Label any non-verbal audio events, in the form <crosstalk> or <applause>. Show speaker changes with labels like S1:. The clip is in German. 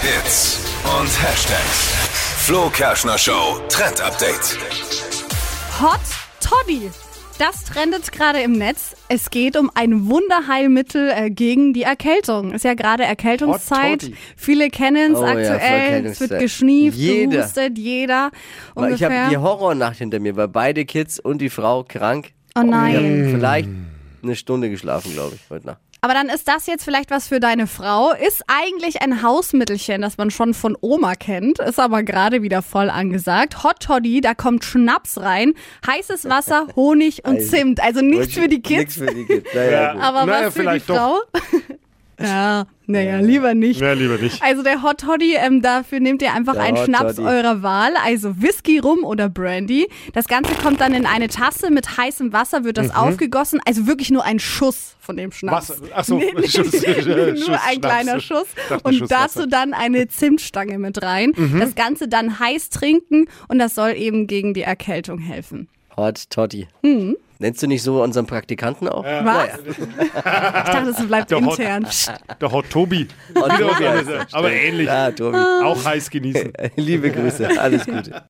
S1: Hits und Hashtags. Flo Kerschner Show Trend Update.
S2: Hot Toddy. Das trendet gerade im Netz. Es geht um ein Wunderheilmittel äh, gegen die Erkältung. Ist ja gerade Erkältungszeit.
S3: Toddy.
S2: Viele kennen es
S3: Oh ja, voll
S2: aktuell. es
S3: Erkältungszeit.
S2: wird geschnieft,
S3: Jeder.
S2: gehustet, jeder.
S3: Weil ich habe die
S2: Ungefähr.
S3: Horrornacht hinter mir, weil beide Kids und die Frau krank.
S2: Oh nein.
S3: Ich hab vielleicht eine Stunde geschlafen, glaube ich, heute Nacht.
S2: Aber dann ist das jetzt vielleicht was für deine Frau. Ist eigentlich ein Hausmittelchen, das man schon von Oma kennt, ist aber gerade wieder voll angesagt. Hot Toddy, da kommt Schnaps rein, heißes
S3: <laughs>
S2: Wasser, Honig und
S3: Alter.
S2: Zimt. Also nichts für die
S3: Nichts
S2: Kids,
S3: für die Kids. Naja, gut.
S2: aber
S4: Naja,
S2: was für die
S4: vielleicht doch.
S2: Frau. <laughs> ja, naja, lieber nicht.
S4: Ja, lieber nicht.
S2: Also der Hot Toddy, ähm, dafür nehmt ihr einfach
S3: Der
S2: einen
S3: Hot
S2: Schnaps
S3: Toddy.
S2: eurer Wahl, also Whisky, Rum oder Brandy. Das Ganze kommt dann in eine Tasse mit heißem Wasser, wird das aufgegossen. Also wirklich nur ein Schuss von dem Schnaps.
S4: Mhm. Wasser- ach so,
S2: nee, nee,
S4: Schuss,
S2: nee,
S4: äh,
S2: <laughs> nur
S4: <laughs> Schuss
S2: ein
S4: Schnaps.
S2: kleiner Schuss.
S4: Ich dachte,
S2: Und
S4: Schuss
S2: dazu
S4: Wasser. Mhm.
S2: dann eine Zimtstange mit rein. Das Ganze dann heiß trinken und das soll eben gegen die Erkältung helfen.
S3: Hot Totti.
S2: Mhm.
S3: Nennst du nicht so unseren Praktikanten auch?
S2: Was? Ich dachte, das bleibt
S4: Der Hot- <laughs>
S2: intern.
S4: Der Hot Tobi.
S3: Hot
S4: Wieder
S3: Tobi
S4: was
S3: heißt
S4: anderes, aber ähnlich.
S3: Ja, Tobi.
S4: Auch heiß genießen.
S3: Liebe Grüße, alles Gute.